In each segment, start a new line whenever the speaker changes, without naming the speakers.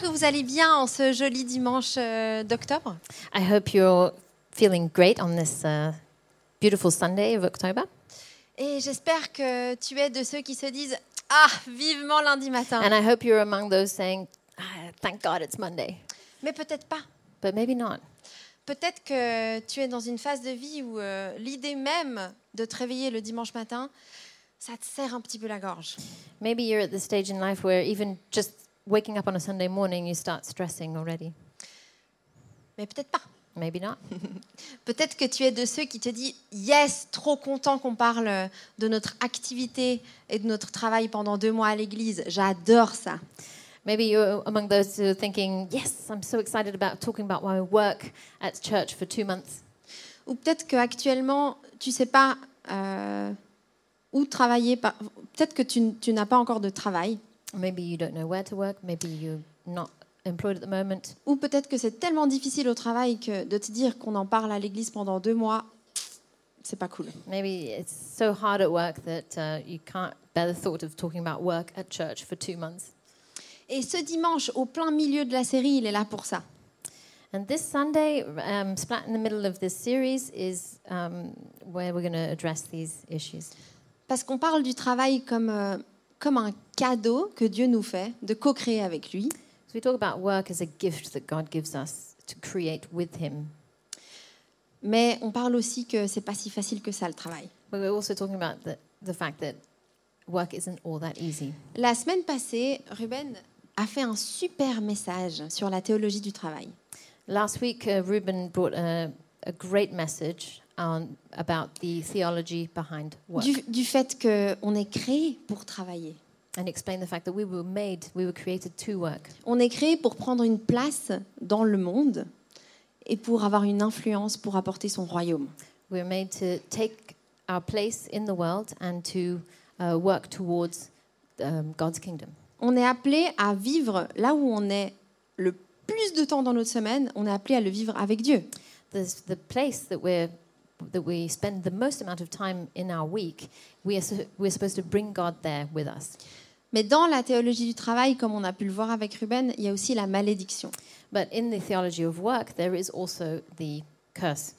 que vous allez bien en ce joli dimanche euh, d'octobre.
I hope you're feeling great on this uh, beautiful Sunday of October.
Et j'espère que tu es de ceux qui se disent Ah, vivement lundi matin.
And I hope you're among those saying, "Ah, thank God it's Monday.
Mais peut-être pas.
But maybe not.
Peut-être que tu es dans une phase de vie où euh, l'idée même de te réveiller le dimanche matin, ça te serre un petit peu la gorge.
Maybe you're at the stage in life where even just waking up on a Sunday morning, you start stressing already.
Mais peut-être pas.
Maybe not.
Peut-être que tu es de ceux qui te disent Yes, trop content qu'on parle de notre activité et de notre travail pendant deux mois à l'église. J'adore ça.
Maybe you're among those who are thinking, yes, I'm so excited about talking about my work at church for two months.
Ou peut-être qu'actuellement, tu ne sais pas euh, où travailler. par- Peut-être que tu, n- tu n'as pas encore de travail.
Maybe you don't know where to work. Maybe you're not employed at the moment.
Ou peut-être que c'est tellement difficile au travail que de te dire qu'on en parle à l'église pendant deux mois, c'est pas cool.
Maybe it's so hard at work that uh, you can't bear the thought of talking about work at church for two months.
Et ce dimanche, au plein milieu de la série, il est là pour ça.
And this Sunday, um, splat in the middle of this series, is um, where we're going to address these issues.
Parce qu'on parle du travail comme, euh, comme un cadeau que Dieu nous fait, de co-créer avec lui.
So we talk about work as a gift that God gives us to create with Him.
Mais on parle aussi que c'est pas si facile que ça le travail.
But we're also talking about the, the fact that work isn't all that easy.
La semaine passée, Ruben a fait un super message sur la théologie du travail.
Last week, uh, Ruben brought a, a great message on, about the theology behind work
Du, du fait qu'on est créé pour travailler.
and explained the fact that we were made, we were created to work.
On est créé pour prendre une place dans le monde et pour avoir une influence pour apporter son royaume.
We're made to take our place in the world and to uh, work towards um, God's kingdom.
On est appelé à vivre là où on est le plus de temps dans notre semaine, on est appelé à le vivre avec Dieu.
The, the place that we're that we spend the most amount of time in our week, we are su- we're supposed to bring God there with us.
Mais dans la théologie du travail, comme on a pu le voir avec Ruben, il y a aussi la malédiction.
But in the theology of work, there is also the curse,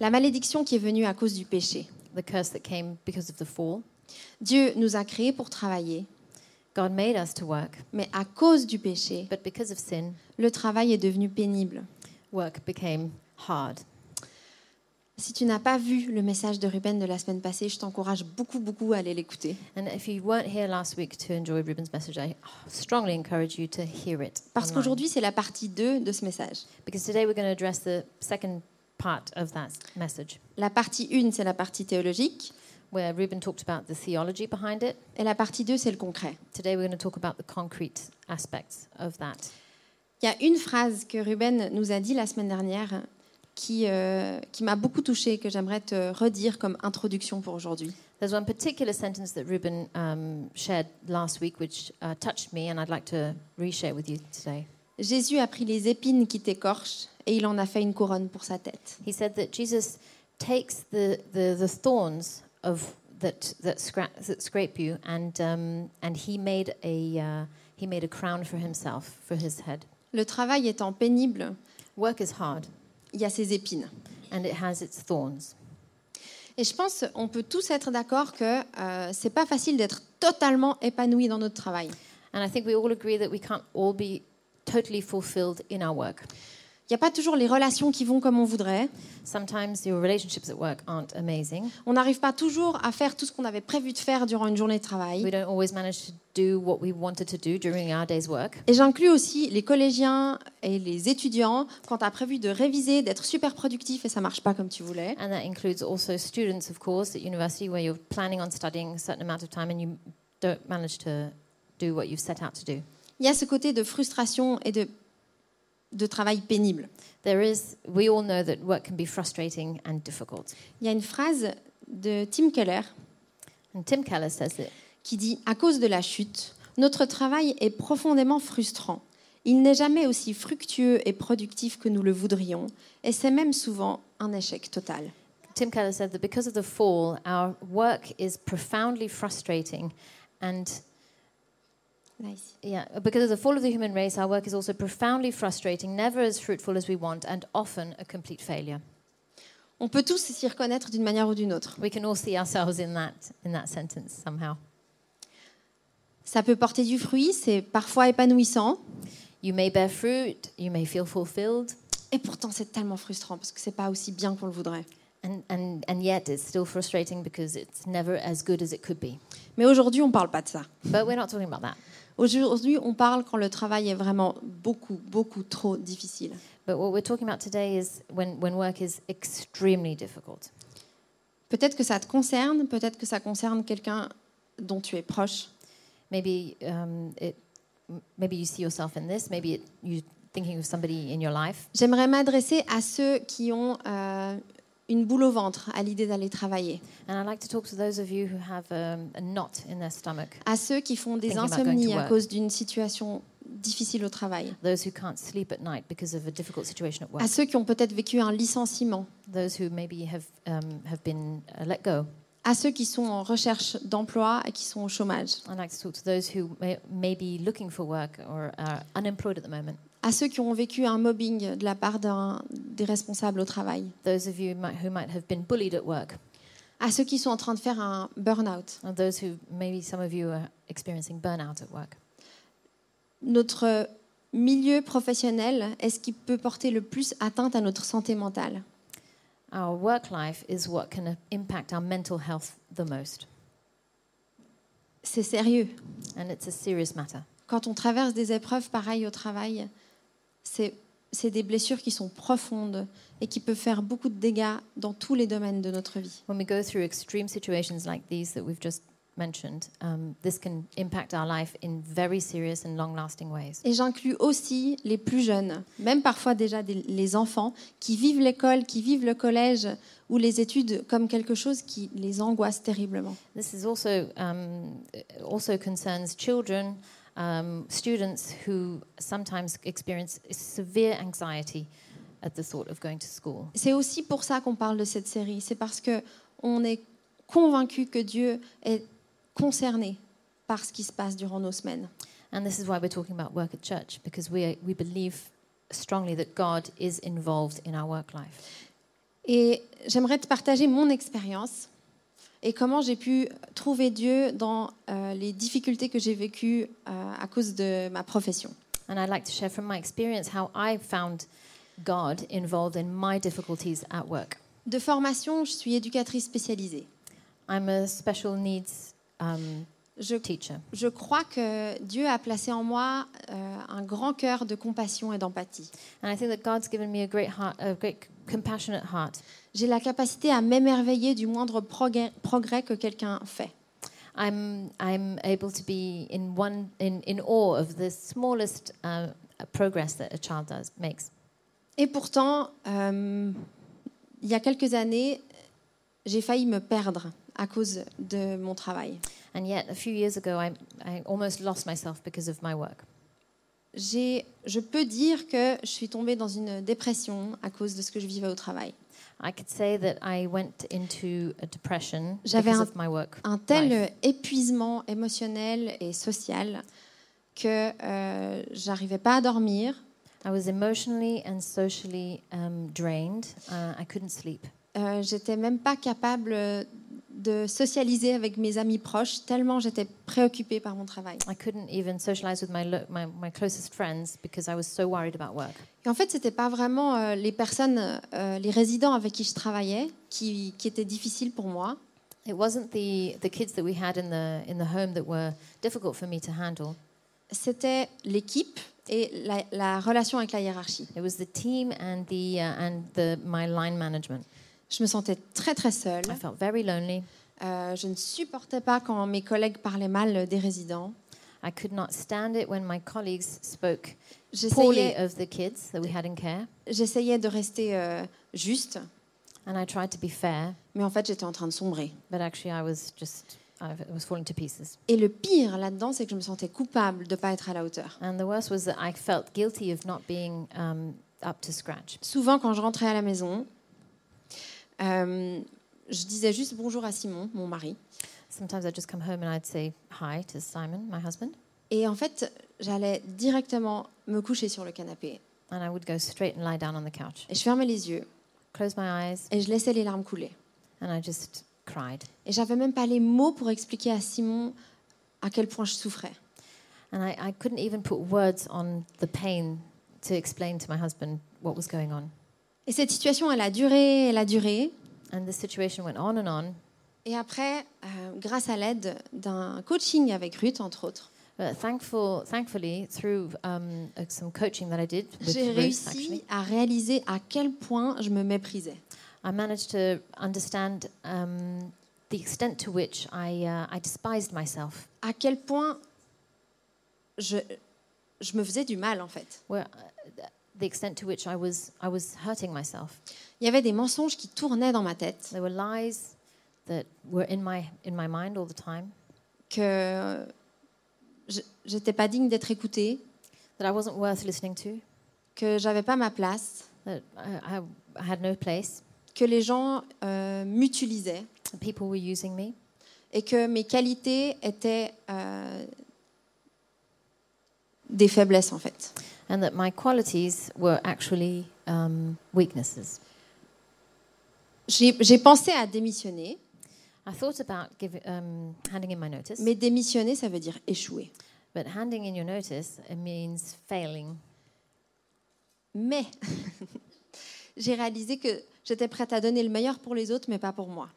La malédiction qui est venue à cause du péché.
the curse that came because of the fall.
Dieu nous a créés pour travailler,
God made us to work,
mais à cause du péché,
but because of sin,
le travail est devenu pénible.
work became hard.
Si tu n'as pas vu le message de Ruben de la semaine passée, je t'encourage beaucoup, beaucoup à aller l'écouter.
And if you weren't here last week to enjoy Ruben's message, I strongly encourage you to hear it.
Parce
online.
qu'aujourd'hui, c'est la partie 2 de ce message.
Because today we're going to address the second part of that message,
La partie 1, c'est la partie théologique,
where Ruben talked about the theology behind it.
et la partie 2, c'est le concret.
Today we're going to talk about the concrete aspects of that.
Il y a une phrase que Ruben nous a dit la semaine dernière qui, euh, qui m'a beaucoup touchée, que j'aimerais te redire comme introduction pour aujourd'hui.
There's one particular sentence that Ruben um, shared last week which uh, touched me, and I'd like to reshare with you today.
Jésus a pris les épines qui t'écorchent et il en a fait une couronne pour sa tête.
He said that Jesus takes the, the, the thorns of that that, scra- that scrape you, and um, and he made a uh, he made a crown for himself for his head.
Le travail étant pénible,
Work is hard,
il y a ses épines.
and it has its thorns.
Et je pense on peut tous être d'accord que euh, c'est pas facile d'être totalement épanoui dans notre travail.
And I think we all agree that we can't all be totally fulfilled in our work.
Il n'y a pas toujours les relations qui vont comme on voudrait.
Sometimes your relationships at work aren't amazing.
On n'arrive pas toujours à faire tout ce qu'on avait prévu de faire durant une journée de travail.
We don't always manage to do what we wanted to do during our day's work.
Et j'inclus aussi les collégiens et les étudiants quand tu as prévu de réviser, d'être super productif et ça marche pas comme tu voulais.
And that includes also students, of course, at university where you're planning on studying a certain amount of time and you don't manage to do what you've set out to do.
Il y a ce côté de frustration et de, de travail pénible.
There is, we all know that work can be frustrating and difficult.
Il y a une phrase de Tim Keller
And Tim Keller says that
qui dit À cause de la chute, notre travail est profondément frustrant. Il n'est jamais aussi fructueux et productif que nous le voudrions, et c'est même souvent un échec total.
Tim Keller said that because of the fall, our work is profoundly frustrating and
Là, ici.
Yeah, because of the fall of the human race, our work is also profoundly frustrating, never as fruitful as we want, and often a complete failure.
On peut tous s'y reconnaître d'une manière ou d'une autre.
We can all see ourselves in that in that sentence somehow.
Ça peut porter du fruit, c'est parfois épanouissant,
You may bear fruit, you may feel fulfilled,
et pourtant c'est tellement frustrant parce que c'est pas aussi bien qu'on le voudrait.
and, and, and yet it's still frustrating because it's never as good as it could be.
Mais aujourd'hui, on parle pas de ça.
But we're not talking about that.
Aujourd'hui, on parle quand le travail est vraiment beaucoup, beaucoup trop difficile.
But what we're talking about today is when, when work is extremely difficult.
Peut-être que ça te concerne, peut-être que ça concerne quelqu'un dont tu es proche.
Maybe um, it, m- maybe you see yourself in this. Maybe it, you thinking of somebody in your life.
J'aimerais m'adresser à ceux qui ont euh, une boule au ventre à l'idée d'aller travailler,
And I'd like to talk to those of you who have um, a knot in their stomach,
à ceux qui font des
Thinking about going
insomnies
to
à
work.
cause d'une situation difficile au travail,
those who can't sleep at night because of a difficult situation at work,
à ceux qui ont peut-être vécu un licenciement,
those who maybe have um, have been uh, let go.
à ceux qui sont en recherche d'emploi et qui sont au chômage,
I'd like to talk to those who may, may be looking for work or are unemployed at the moment.
à ceux qui ont vécu un mobbing de la part d'un- des responsables au travail,
Those of you might, who might have been bullied at work,
à ceux qui sont en train de faire un burn-out.
or those who maybe some of you are experiencing burnout at work.
Notre milieu professionnel est ce qui peut porter le plus atteinte à notre santé mentale.
Our work life is what can impact our mental health the most,
C'est sérieux.
and it's a serious matter.
quand on traverse des épreuves pareilles au travail, c'est c'est des blessures qui sont profondes et qui peuvent faire beaucoup de dégâts dans tous les domaines de notre vie.
When we go through extreme situations like these that we've just mentioned, um, this can impact our life in very serious and long-lasting ways.
Et j'inclus aussi les plus jeunes, même parfois déjà des- les enfants, qui vivent l'école, qui vivent le collège ou les études comme quelque chose qui les angoisse terriblement.
This is also um, also concerns children, um, students who sometimes experience severe anxiety at the thought of going to school.
C'est aussi pour ça qu'on parle de cette série. C'est parce que on est convaincu que Dieu est concerné par ce qui se passe durant nos semaines.
And this is why we're talking about work at church because we are, we believe strongly that God is involved in our work life.
Et j'aimerais te partager mon expérience et comment j'ai pu trouver Dieu dans euh, les difficultés que j'ai vécues euh, à cause de ma profession.
And I'd like to share from my experience how I found God involved in my difficulties at work.
De formation, je suis éducatrice spécialisée.
I'm a special needs um,
Je,
teacher.
je crois que Dieu a placé en moi euh, un grand cœur de compassion et d'empathie.
And I think that God's given me a great heart, a great compassionate heart.
J'ai la capacité à m'émerveiller du moindre progrès, progrès que quelqu'un fait.
I'm I'm able to be in one in, in awe of the smallest uh, progress that a child does makes.
Et pourtant, euh, il y a quelques années, j'ai failli me perdre à cause de mon travail.
And yet, a few years ago, I I almost lost myself because of my work.
J'ai- je peux dire que je suis tombée dans une dépression à cause de ce que je vivais au travail.
I could say that I went into a depression
J'avais
because
un-
of my work.
Un tel
Life.
épuisement émotionnel et social que euh, j'arrivais pas à dormir.
I was emotionally and socially um, drained. Uh, I couldn't sleep.
Euh, j'étais même pas capable de socialiser avec mes amis proches tellement j'étais préoccupée par mon travail.
I couldn't even socialize with my lo- my, my closest friends because I was so worried about work.
Et en fait, c'était pas vraiment euh, les personnes, euh, les résidents avec qui je travaillais qui, qui étaient difficiles pour moi.
It wasn't the, the kids that we had in the in the home that were difficult for me to handle.
C'était l'équipe et la- la relation avec la hiérarchie.
It was the team and the uh, and the my line management.
Je me sentais très très seule.
I felt very lonely.
Euh, je ne supportais pas quand mes collègues parlaient mal des résidents.
I could not stand it when my colleagues spoke poorly
J'essayais, euh,
of the kids that we had in care,
j'essayais de rester euh, juste,
and I tried to be fair,
mais en fait j'étais en train de sombrer.
but actually I was just I was falling to pieces.
Et le pire là-dedans, c'est que je me sentais coupable de ne pas être à la hauteur.
And the worst was that I felt guilty of not being um, up to scratch.
Souvent, quand je rentrais à la maison, euh, je disais juste bonjour à Simon, mon mari.
Sometimes I'd just come home and I'd say hi to Simon, my husband,
Et en fait, j'allais directement me coucher sur le canapé.
and I would go straight and lie down on the couch,
Et je fermais les yeux
close my eyes,
et je laissais les larmes couler.
and I just cried.
Et j'avais même pas les mots pour expliquer à Simon à quel point je souffrais.
And I, I couldn't even put words on the pain to explain to my husband what was going on.
Et cette situation, elle a duré, elle a duré.
And the situation went on and on.
Et après, euh, grâce à l'aide d'un coaching avec Ruth, entre autres,
But thankful, thankfully, through um, uh, some coaching that I did with
j'ai
Ruth,
réussi
actually,
à réaliser à quel point je me méprisais.
I managed to understand um, the extent to which I, uh, I despised myself,
à quel point je, je me faisais du mal en fait.
where, uh, the extent to which I was, I was hurting myself.
Il y avait des mensonges qui tournaient dans ma tête
There were lies that were in my, in my mind all the time,
que je- j'étais pas digne d'être écoutée,
that I wasn't worth listening to,
que j'avais pas ma place,
that I, I, I had no place,
que les gens euh, m'utilisaient
that people were using me,
et que mes qualités étaient euh, des faiblesses en fait.
and that my qualities were actually um, weaknesses.
J'ai j'ai pensé à démissionner,
I thought about giving, um, handing in my notice,
mais démissionner ça veut dire échouer.
but handing in your notice it means failing.
Mais j'ai réalisé que j'étais prête à donner le meilleur pour les autres, mais pas pour moi.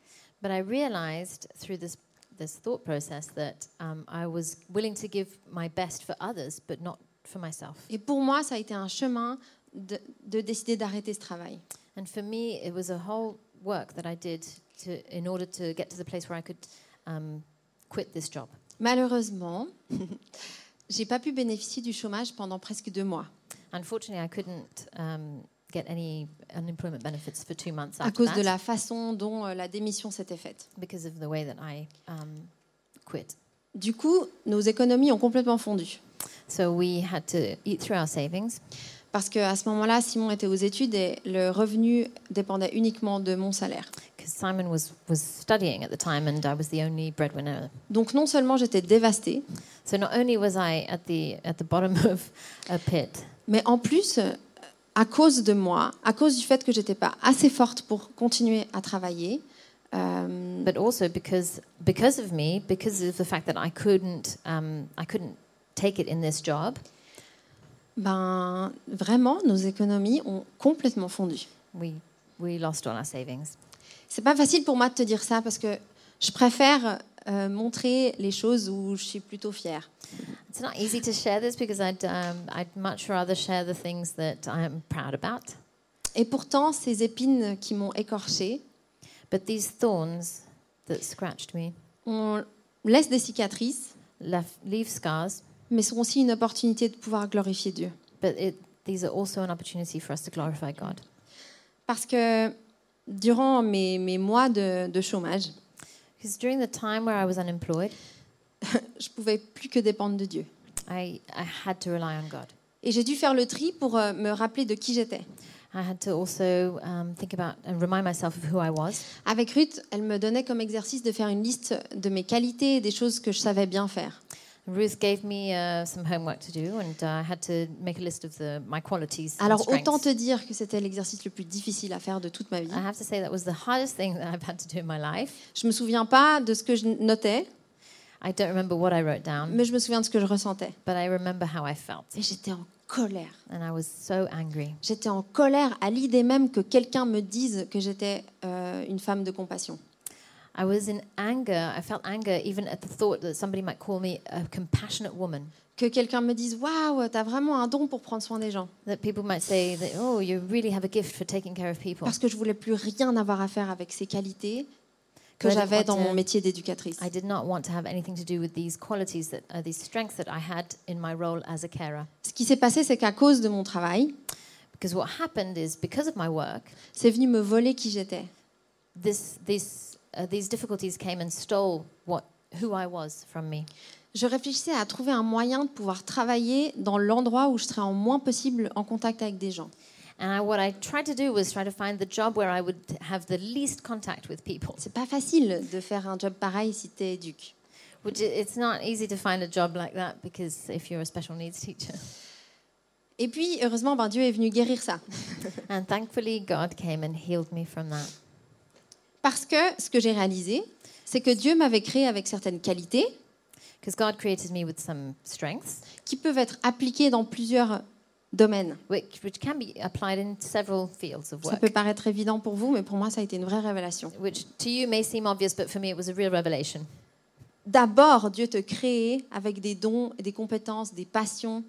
But I realized through this this thought process that um, I was willing to give my best for others, but not for myself.
Et pour moi, ça a été un chemin de, de décider d'arrêter ce travail.
And for me, it was a whole work that I did to, in order to get to the place where I could um, quit this job.
Malheureusement, j'ai pas pu bénéficier du chômage pendant presque deux mois
Unfortunately, I couldn't um, get any unemployment benefits for two months
à
after
cause de
that
la façon dont euh, la démission s'était faite.
because of the way that I um, quit.
Du coup, nos économies ont complètement fondu.
So we had to eat through our savings
Parce qu'à ce moment-là, Simon était aux études et le revenu dépendait uniquement de mon salaire.
because Simon was, was studying at the time and I was the only breadwinner.
Donc non seulement j'étais dévastée,
So not only was I at the, at the bottom of a pit,
mais en plus, euh, à cause de moi, à cause du fait que j'étais pas assez forte pour continuer à travailler, euh,
but also because, because of me, because of the fact that I couldn't, um, I couldn't take it in this job,
Ben, vraiment, nos économies ont complètement fondu.
we, we lost all our savings.
C'est pas facile pour moi de te dire ça parce que je préfère euh, montrer les choses où je suis plutôt fière.
It's not easy to share this because I'd, um, I'd much rather share the things that I'm proud about.
Et pourtant, ces épines qui m'ont écorchée,
But these thorns that scratched me
on laisse des cicatrices,
left, leave scars,
mais sont aussi une opportunité de pouvoir glorifier Dieu.
but it, these are also an opportunity for us to glorify God.
Parce que durant mes, mes mois de, de chômage,
Because during the time where I was unemployed,
je pouvais plus que dépendre de Dieu.
I, I had to rely on God.
Et j'ai dû faire le tri pour euh, me rappeler de qui j'étais.
I had to also um, think about and remind myself of who I was.
Avec Ruth, elle me donnait comme exercice de faire une liste de mes qualités et des choses que je savais bien faire.
Ruth gave me uh, some homework to do, and uh, I had to make a list of the, my qualities. and
Alors
strengths.
autant te dire que c'était l'exercice le plus difficile à faire de toute ma vie.
I have to say that was the hardest thing that I've had to do in my life.
Je me souviens pas de ce que je notais,
I don't remember what I wrote down,
mais je me souviens de ce que je ressentais.
but I remember how I felt,
Et j'étais en colère.
and I was so angry.
J'étais en colère à l'idée même que quelqu'un me dise que j'étais euh, une femme de compassion.
I was in anger. I felt anger even at the thought that somebody might call me a compassionate woman.
Que quelqu'un me dise Waouh, t'as vraiment un don pour prendre soin des gens.
That people might say that, oh, you really have a gift for taking care of people.
Parce que je voulais plus rien avoir à faire avec ces qualités que
Que je
j'avais dans
crois que-
mon métier d'éducatrice.
I did not want to have anything to do with these qualities that are these strengths that I had in my role as a carer.
Ce qui s'est passé, c'est qu'à cause de mon travail,
Because what happened is because of my work,
C'est venu me voler qui j'étais.
this this uh, these difficulties came and stole what who I was from me.
Je réfléchissais à trouver un moyen de pouvoir travailler dans l'endroit où je serais en moins possible en contact avec des gens.
And I, what I tried to do was try to find the job where I would have the least contact with people,
C'est pas facile de faire un job pareil si t'es éduque.
Which i- it's not easy to find a job like that because if you're a special needs teacher.
Et puis, heureusement, ben, Dieu est venu guérir ça.
And thankfully, God came and healed me from that.
Parce que ce que j'ai réalisé, c'est que Dieu m'avait créé avec certaines qualités
Because God created me with some strengths,
qui peuvent être appliquées dans plusieurs domaines.
which, which can be applied in several fields of
Ça
work.
peut paraître évident pour vous, mais pour moi, ça a été une vraie révélation.
Which to you may seem obvious, but for me it was a real revelation.
D'abord, Dieu te crée avec des dons, des compétences, des passions,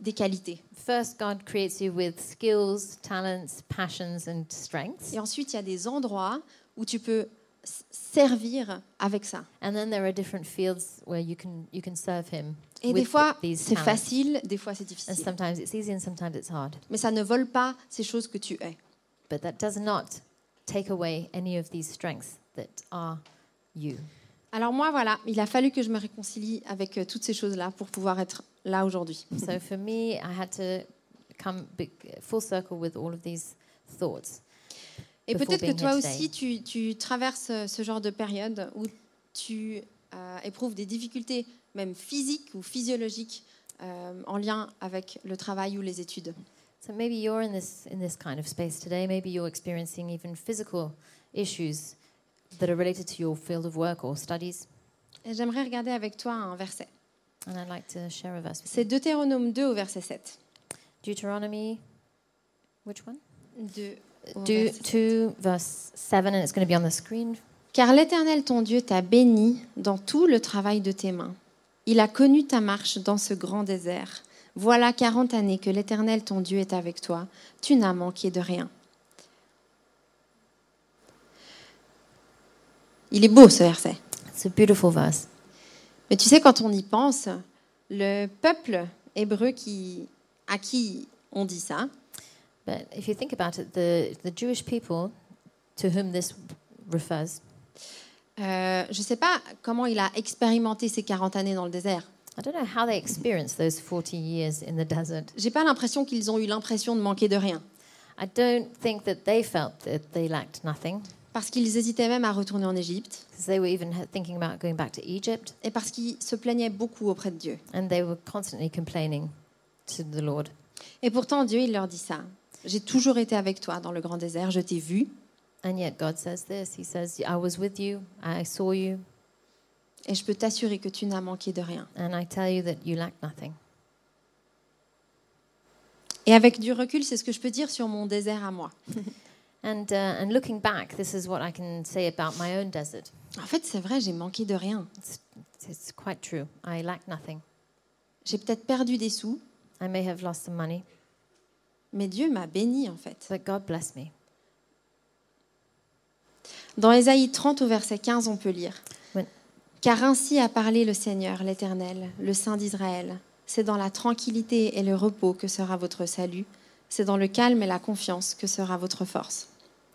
des qualités.
First, God creates you with skills, talents, passions, and strengths.
Et ensuite, il y a des endroits où tu peux s- servir avec ça.
And then there are different fields where you can, you can serve Him.
Et
with
des fois,
these
c'est
talents.
facile, des fois, c'est
And
difficile.
sometimes it's easy and sometimes it's hard.
Mais ça ne vole pas ces choses que tu es.
But that does not take away any of these strengths that are you.
Alors moi, voilà, il a fallu que je me réconcilie avec euh, toutes ces choses-là pour pouvoir être là aujourd'hui.
so for me, I had to come big, full circle with all of these thoughts.
Et
Before
peut-être que
being
toi
here today.
aussi, tu, tu traverses euh, ce genre de période où tu euh, éprouves des difficultés, même physiques ou physiologiques, euh, en lien avec le travail ou les études.
So maybe you're in this in this kind of space today. Maybe you're experiencing even physical issues that are related to your field of work or studies.
Et J'aimerais regarder avec toi un verset.
And I'd like to share a verse. With you.
C'est Deutéronome 2 au verset 7.
Deuteronomy, which one?
De- au
Do,
verset-
two verse seven, and it's going to be on the screen.
Car l'Éternel ton Dieu t'a béni dans tout le travail de tes mains. Il a connu ta marche dans ce grand désert. Voilà quarante années que l'Éternel ton Dieu est avec toi. Tu n'as manqué de rien. Il est beau ce verset.
It's a beautiful verse.
Mais tu sais, quand on y pense, le peuple hébreu qui, à qui on dit ça,
But if you think about it, the the Jewish people to whom this refers,
euh, je ne sais pas comment il a expérimenté ces 40 années dans le désert.
I don't know how they experienced those forty years in the desert.
J'ai pas l'impression qu'ils ont eu l'impression de manquer de rien.
I don't think that they felt that they lacked nothing.
parce qu'ils hésitaient même à retourner en Égypte
because they were even ha- thinking about going back to Egypt,
et parce qu'ils se plaignaient beaucoup auprès de Dieu.
and they were constantly complaining to the Lord.
Et pourtant, Dieu, il leur dit ça. J'ai toujours été avec toi dans le grand désert, je t'ai vu
And yet God says this. He says, "I was with you. I saw you,
et je peux t'assurer que tu n'as manqué de rien.
and I tell you that you lack nothing."
Et avec du recul, c'est ce que je peux dire sur mon désert à moi.
And uh, and looking back, this is what I can say about my own desert.
En fait, c'est vrai, j'ai manqué de rien.
It's, it's quite true. I lack nothing.
J'ai peut-être perdu des sous,
I may have lost some money,
mais Dieu m'a béni en fait.
but God bless me.
Dans Ésaïe 30 au verset 15, on peut lire.
Oui.
Car ainsi a parlé le Seigneur, l'Éternel, le Saint d'Israël. C'est dans la tranquillité et le repos que sera votre salut. C'est dans le calme et la confiance que sera votre force.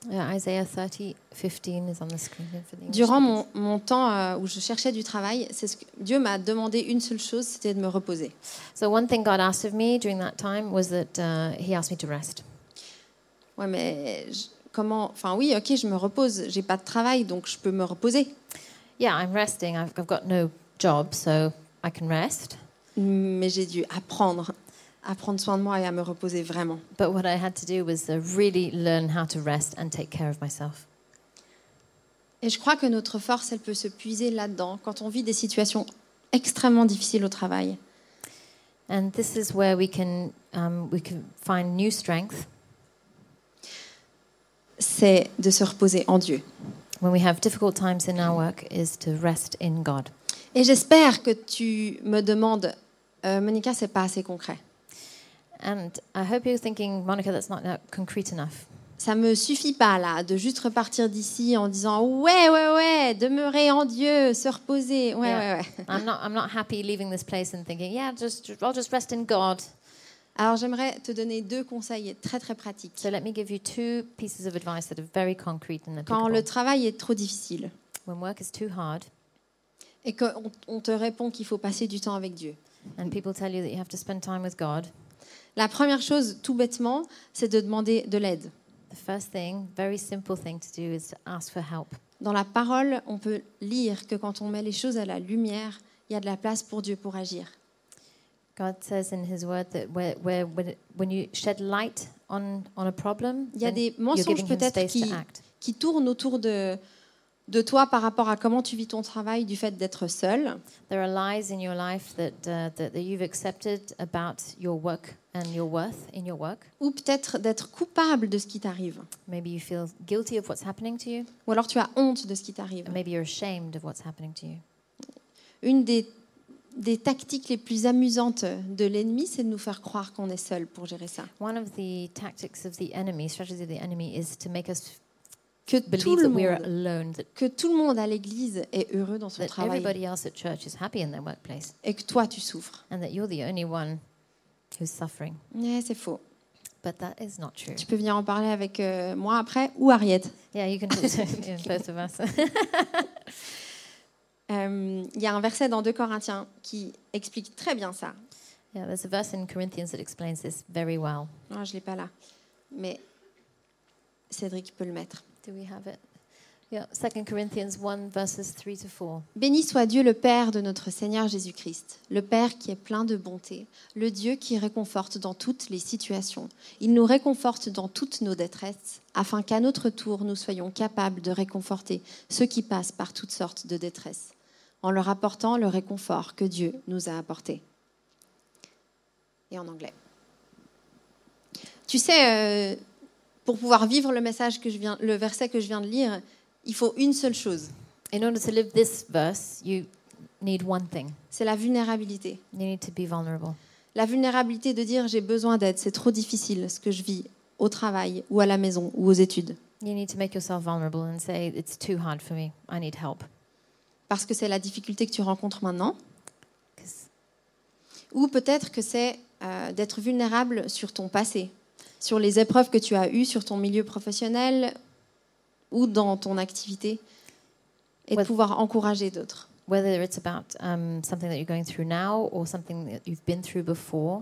Uh, Isaiah 30:15 is on the screen here for the English
Durant
speakers.
mon, mon temps euh, où je cherchais du travail, c'est ce que Dieu m'a demandé une seule chose, c'était de me reposer.
So one thing God asked of me during that time was that uh, He asked me to rest.
Ouais, mais je- comment Enfin oui, ok, je me repose. J'ai pas de travail, donc je peux me reposer.
Yeah, I'm resting. I've, I've got no job, so I can rest.
Mais j'ai dû apprendre à prendre soin de moi et à me reposer vraiment.
But what I had to do was uh, really learn how to rest and take care of myself.
Et je crois que notre force, elle peut se puiser là-dedans, quand on vit des situations extrêmement difficiles au travail.
And this is where we can, um, we can find new strength
C'est de se reposer en Dieu.
when we have difficult times in our work is to rest in God.
Et j'espère que tu me demandes, euh, Monica, c'est pas assez concret.
And I hope you're thinking, Monica, that's not that concrete enough.
Ça me suffit pas là, de juste repartir d'ici en disant ouais, ouais, ouais, demeurer en Dieu, se reposer, ouais,
Yeah.
ouais, ouais.
I'm not, I'm not happy leaving this place and thinking, yeah, just, I'll just rest in God.
Alors j'aimerais te donner deux conseils très très pratiques.
So let me give you two pieces of advice that are very concrete and
Quand
applicable.
le travail est trop difficile
When work is too hard,
et qu'on on te répond qu'il faut passer du temps avec Dieu,
and people tell you that you have to spend time with God,
la première chose, tout bêtement, c'est de demander de l'aide.
the first thing, very simple thing to do, is to ask for help.
Dans la parole, on peut lire que quand on met les choses à la lumière, il y a de la place pour Dieu pour agir.
God says in His Word that where, where, when, it- when you shed light on, on a problem,
Il y a
then
des
you're
mensonges
giving Him
peut-être
space
qui,
to act.
qui tournent autour de, de toi par rapport à comment tu vis ton travail, du fait d'être seul.
There are lies in your life that, uh, that, that you've accepted about your work and your worth in your work.
Ou peut-être d'être coupable de ce qui t'arrive.
Maybe you feel guilty of what's happening to you,
Ou alors tu as honte de ce qui t'arrive.
and maybe you're ashamed of what's happening to you.
Une des, des tactiques les plus amusantes de l'ennemi, c'est de nous faire croire qu'on est seul pour gérer ça.
One of the tactics of the enemy, strategy of the enemy, is to make us
Que tout
believe
le
that we are
monde,
alone, that,
que tout le monde à l'église est heureux dans son
that
travail
everybody else at church is happy in their workplace,
et que toi tu souffres.
and that you're the only one who's suffering.
Eh, c'est faux.
But that is not true.
Tu peux venir en parler avec euh, moi après ou Ariette.
Yeah, you can talk to yeah, both of us.
Euh, Il y a un verset dans 2 Corinthiens qui explique très bien ça.
yeah, there's a verse in Corinthians that explains this very well.
Ah, je l'ai pas là, mais Cédric peut le mettre.
Do we have it? Yeah, 2 Corinthians 1, verses 3 to 4.
Béni soit Dieu le Père de notre Seigneur Jésus-Christ, le Père qui est plein de bonté, le Dieu qui réconforte dans toutes les situations. Il nous réconforte dans toutes nos détresses, afin qu'à notre tour nous soyons capables de réconforter ceux qui passent par toutes sortes de détresses, en leur apportant le réconfort que Dieu nous a apporté. Et en anglais. Tu sais, euh, pour pouvoir vivre le message que je viens, le verset que je viens de lire, il faut une seule chose,
In order to live this verse, you need one thing
c'est la vulnérabilité.
you need to be vulnerable.
La vulnérabilité de dire j'ai besoin d'aide, c'est trop difficile ce que je vis au travail ou à la maison ou aux études.
You need to make yourself vulnerable and say, It's too hard for me. I need help.
Parce que c'est la difficulté que tu rencontres maintenant.
'Cause-
Ou peut-être que c'est euh, d'être vulnérable sur ton passé, sur les épreuves que tu as eues, sur ton milieu professionnel ou dans ton activité. Et de
Ouais.
pouvoir encourager d'autres.
whether it's about um, something that you're going through now or something that you've been through before,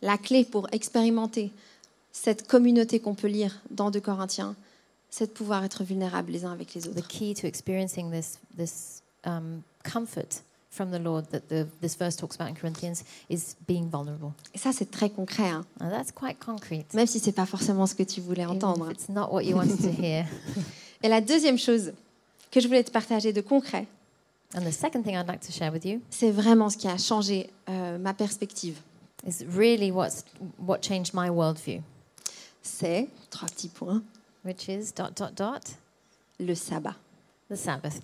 La clé pour expérimenter cette communauté qu'on peut lire dans 2 Corinthiens, c'est de pouvoir être vulnérable les uns avec les
the
autres.
key to experiencing this this um, comfort from the Lord that the, this verse talks about in Corinthians is being vulnerable.
Et ça, c'est très concret. hein.
Now that's quite concrete.
même si c'est pas forcément ce que tu voulais
even if
entendre.
it's not what you wanted to hear.
Et la deuxième chose que je voulais te partager de concret,
And the second thing I'd like to share with you
c'est vraiment ce qui a changé euh, ma perspective.
is really what's what changed my worldview,
C'est trois petits points
which is dot dot dot
le sabbat.
the Sabbath.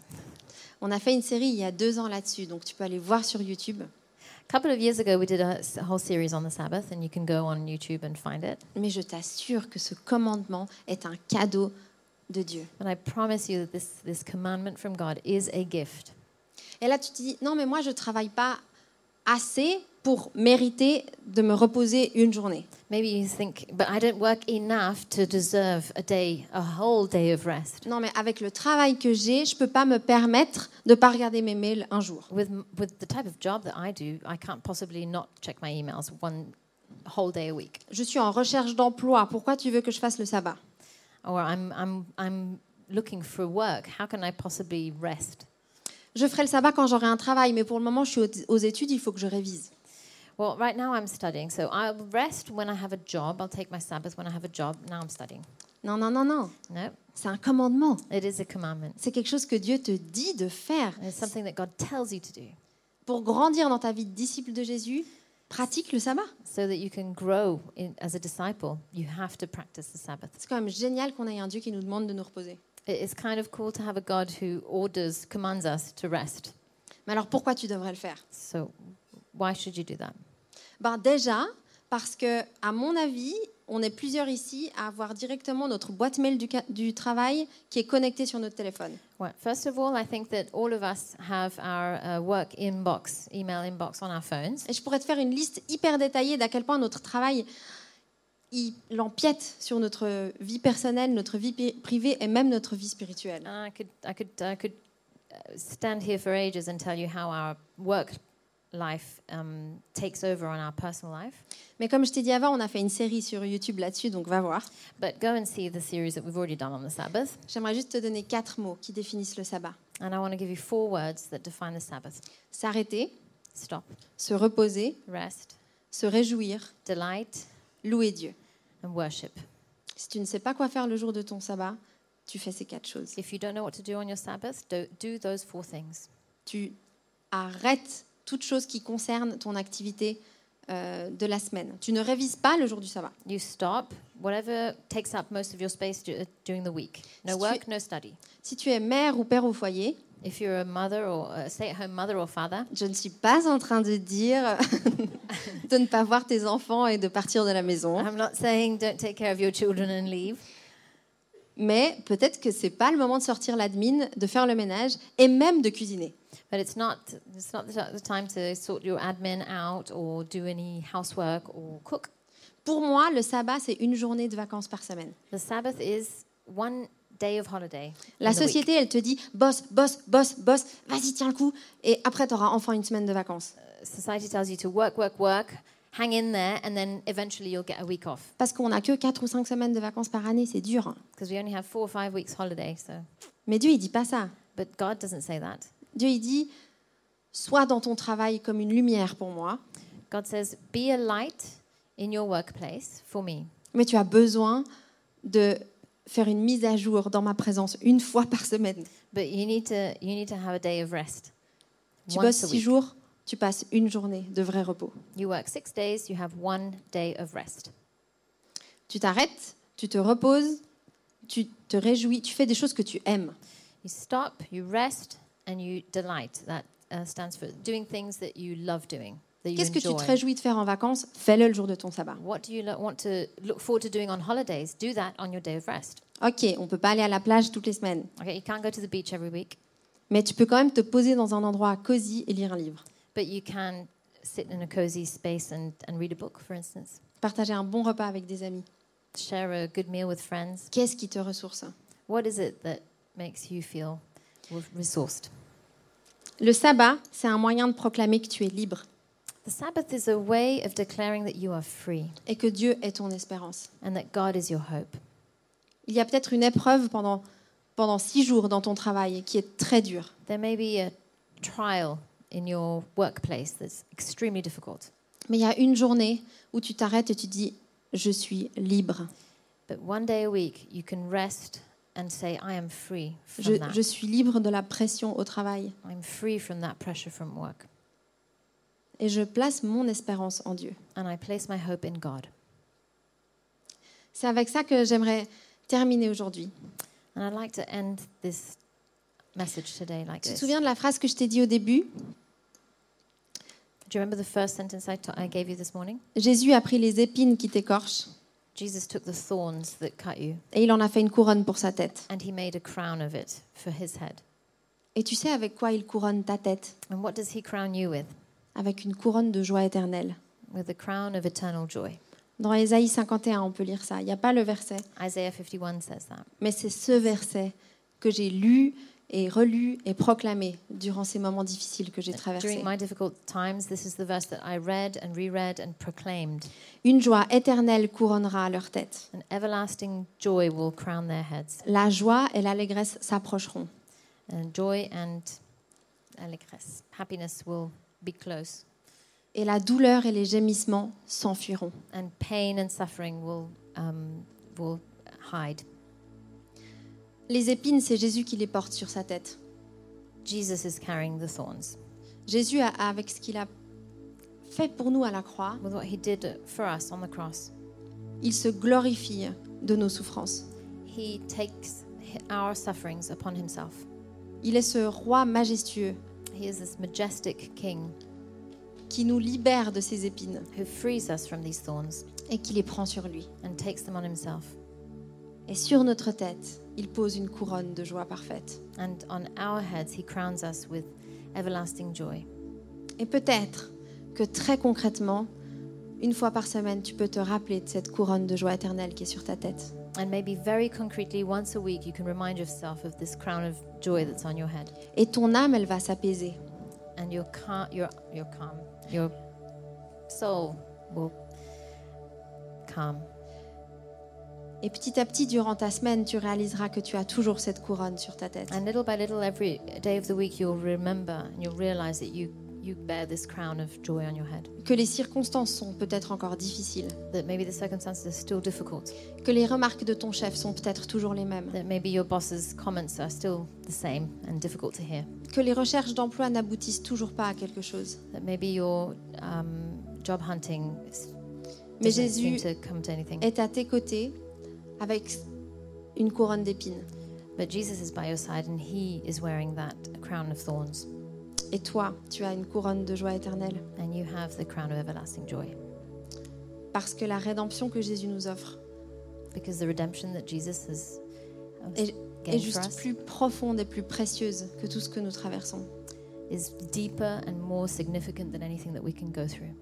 On a fait une série il y a deux ans là-dessus, donc tu peux aller voir sur YouTube.
A couple of years ago, we did a s- a whole series on the Sabbath, and you can go on YouTube and find it.
Mais je t'assure que ce commandement est un cadeau de Dieu.
And I promise you that this, this commandment from God is a gift.
Et là, tu te dis non, mais moi je travaille pas assez pour mériter de me reposer une journée.
Maybe you think, but I don't work enough to deserve a day, a whole day of rest.
Non, mais avec le travail que j'ai, je peux pas me permettre de pas regarder mes mails un jour.
With, with the type of job that I do, I can't possibly not check my emails one whole day a week.
je suis en recherche d'emploi, pourquoi tu veux que je fasse le sabbat
Or I'm, I'm, I'm looking for work. How can I possibly rest?
Je ferai le sabbat quand j'aurai un travail, mais pour le moment, je suis aux- aux études, il faut que je révise.
Well, right now I'm studying, so I'll rest when I have a job. I'll take my Sabbath when I have a job. Now I'm studying.
Non, non, non, non.
No,
C'est un commandement.
it is a commandment.
C'est quelque chose que Dieu te dit de faire.
It's something that God tells you to do
Pour grandir dans ta vie de disciple de Jésus, pratique le sabbat.
so that you can grow in, as a disciple. You have to practice the Sabbath.
C'est quand même génial qu'on ait un Dieu qui nous demande de nous reposer.
It is kind of cool to have a God who orders, commands us to rest.
Mais alors pourquoi tu devrais le faire
So why should you do that?
Ben déjà, parce que, à mon avis, on est plusieurs ici à avoir directement notre boîte mail du, ca- du travail qui est connectée sur notre téléphone.
Well, first of all, I think that all of us have our uh, work inbox, email inbox on our phones.
Et je pourrais te faire une liste hyper détaillée d'à quel point notre travail il empiète sur notre vie personnelle, notre vie pi- privée et même notre vie spirituelle.
I could, I could, I could uh, stand here for ages and tell you how our work life um, takes over on our personal life.
Mais comme je t'ai dit avant, on a fait une série sur YouTube là-dessus, donc va voir.
But go and see the series that we've already done on the Sabbath.
J'aimerais juste te donner quatre mots qui définissent le sabbat.
And I want to give you four words that define the Sabbath
S'arrêter,
stop,
se reposer,
rest,
se réjouir,
delight,
louer Dieu.
and worship.
Si tu ne sais pas quoi faire le jour de ton sabbat, tu fais ces quatre choses.
If you don't know what to do on your Sabbath, do, do those four things.
Tu arrêtes toute chose qui concerne ton activité euh, de la semaine. Tu ne révises pas le jour du sabbat.
You stop whatever takes up most of your space du- during the week. No
Si tu-
work, no study.
Si tu es mère ou père au foyer,
If you're a mother or a stay-at-home mother or father,
je ne suis pas en train de dire de ne pas voir tes enfants et de partir de la maison,
I'm not saying don't take care of your children and leave.
mais peut-être que c'est pas le moment de sortir l'admin, de faire le ménage et même de cuisiner.
But it's not it's not the the time to sort your admin out or do any housework or cook.
Pour moi, le sabbat, c'est une journée de vacances par semaine.
The Sabbath is one day of holiday. in
La
the week.
société, elle te dit bosse, bosse, bosse, bosse, vas-y, tiens le coup, et après, tu auras enfin une semaine de vacances.
Society tells you to work, work, work, hang in there, and then eventually you'll get a week off
Parce qu'on n'a que 4 ou 5 semaines de vacances par année, c'est dur. hein.
because we only have four or five weeks holiday. So,
Mais Dieu, il dit pas ça.
but God doesn't say that.
Dieu, il dit sois dans ton travail comme une lumière pour moi,
God says, "Be a light in your workplace for me."
mais tu as besoin de faire une mise à jour dans ma présence une fois par semaine.
But you need to you need to have a day of rest.
Tu
Once
bosses
a
6
week.
jours, tu passes une journée de vrai repos.
You work six days. You have one day of rest.
Tu t'arrêtes, tu te reposes, tu te réjouis, tu fais des choses que tu aimes.
You stop, you rest, and you delight. That uh, stands for doing things that you love doing, that you
Qu'est-ce que tu
enjoy.
te réjouis de faire en vacances Fais-le le jour de ton sabbat.
What do you lo- want to look forward to doing on holidays? Do that on your day of rest.
Ok, on peut pas aller à la plage toutes les semaines,
Okay, you can't go to the beach every week,
mais tu peux quand même te poser dans un endroit cosy et lire un livre.
but you can sit in a cozy space and, and read a book, for instance.
Partager un bon repas avec des amis.
Share a good meal with friends.
Qu'est-ce qui te ressource
What is it that makes you feel w- resourced?
Le sabbat, c'est un moyen de proclamer que tu es libre
The Sabbath is a way of declaring that you are free
et que Dieu est ton espérance.
and that God is your hope.
Il y a peut-être une épreuve pendant, pendant six jours dans ton travail qui est très dure.
There may be a trial in your workplace that's extremely difficult,
Mais il y a une journée où tu t'arrêtes et tu dis Je suis libre.
but one day a week you can rest and say, I am free from
Je,
that.
je suis libre de la pression au travail
I'm free from that pressure from work.
et je place mon espérance en Dieu.
And I place my hope in God.
C'est avec ça que j'aimerais terminer aujourd'hui.
And I'd like to end this message today like
Tu te
this.
souviens de la phrase que je t'ai dit au début
Do you remember the first sentence I, t- I gave you this morning?
Jésus a pris les épines qui t'écorchent
Jesus took the thorns that cut you
et il en a fait une couronne pour sa tête.
and he made a crown of it for his head.
Et tu sais avec quoi il couronne ta tête
And what does he crown you with?
Avec une couronne de joie éternelle.
With the crown of eternal joy.
Dans Ésaïe 51, on peut lire ça. Il n'y a pas le verset,
Isaiah 51 says that.
mais c'est ce verset que j'ai lu et relu et proclamé durant ces moments difficiles que j'ai traversés.
During my difficult times, this is the verse that I read and reread and proclaimed.
Une joie éternelle couronnera leur tête.
An everlasting joy will crown their heads.
La joie et l'allégresse s'approcheront.
And joy and alegres, happiness will be close.
Et la douleur et les gémissements s'enfuiront.
and pain and suffering will um, will hide.
Les épines, c'est Jésus qui les porte sur sa tête.
Jesus is carrying the thorns.
Jésus, a- avec ce qu'il a fait pour nous à la croix,
With what he did for us on the cross,
il se glorifie de nos souffrances.
he takes hi- our sufferings upon himself.
Il est ce roi majestueux
He is this majestic king
qui nous libère de ses épines
who frees us from these thorns
et qui les prend sur lui.
and takes them on himself.
Et sur notre tête, il pose une couronne de joie parfaite.
And on our heads, he crowns us with everlasting joy.
Et peut-être que très concrètement, une fois par semaine, tu peux te rappeler de cette couronne de joie éternelle qui est sur ta tête.
And maybe very concretely, once a week, you can remind yourself of this crown of joy that's on your head.
Et ton âme, elle va s'apaiser.
and your calm, your your calm, your soul will calm.
Et petit à petit, durant ta semaine, tu réaliseras que tu as toujours cette couronne sur ta tête.
And little by little, every day of the week, you'll remember and you'll realize that you you bear this crown of joy on your head.
Que les circonstances sont peut-être encore difficiles.
That maybe the circumstances are still difficult.
Que les remarques de ton chef sont peut-être toujours les mêmes.
That maybe your boss's comments are still the same and difficult to hear.
Que les recherches d'emploi n'aboutissent toujours pas à quelque chose.
That maybe your um, job hunting s-
Mais
doesn't seem
Jésus
to come to anything.
est à tes côtés avec une couronne d'épines.
But Jesus is by your side, and He is wearing that crown of thorns,
Et toi, tu as une couronne de joie éternelle.
and you have the crown of everlasting joy.
Parce que la rédemption que Jésus nous offre
Because the redemption that Jesus has um,
est, est
gained for
juste
us
plus profonde et plus précieuse que tout ce que nous traversons.
is deeper and more significant than anything that we can go through.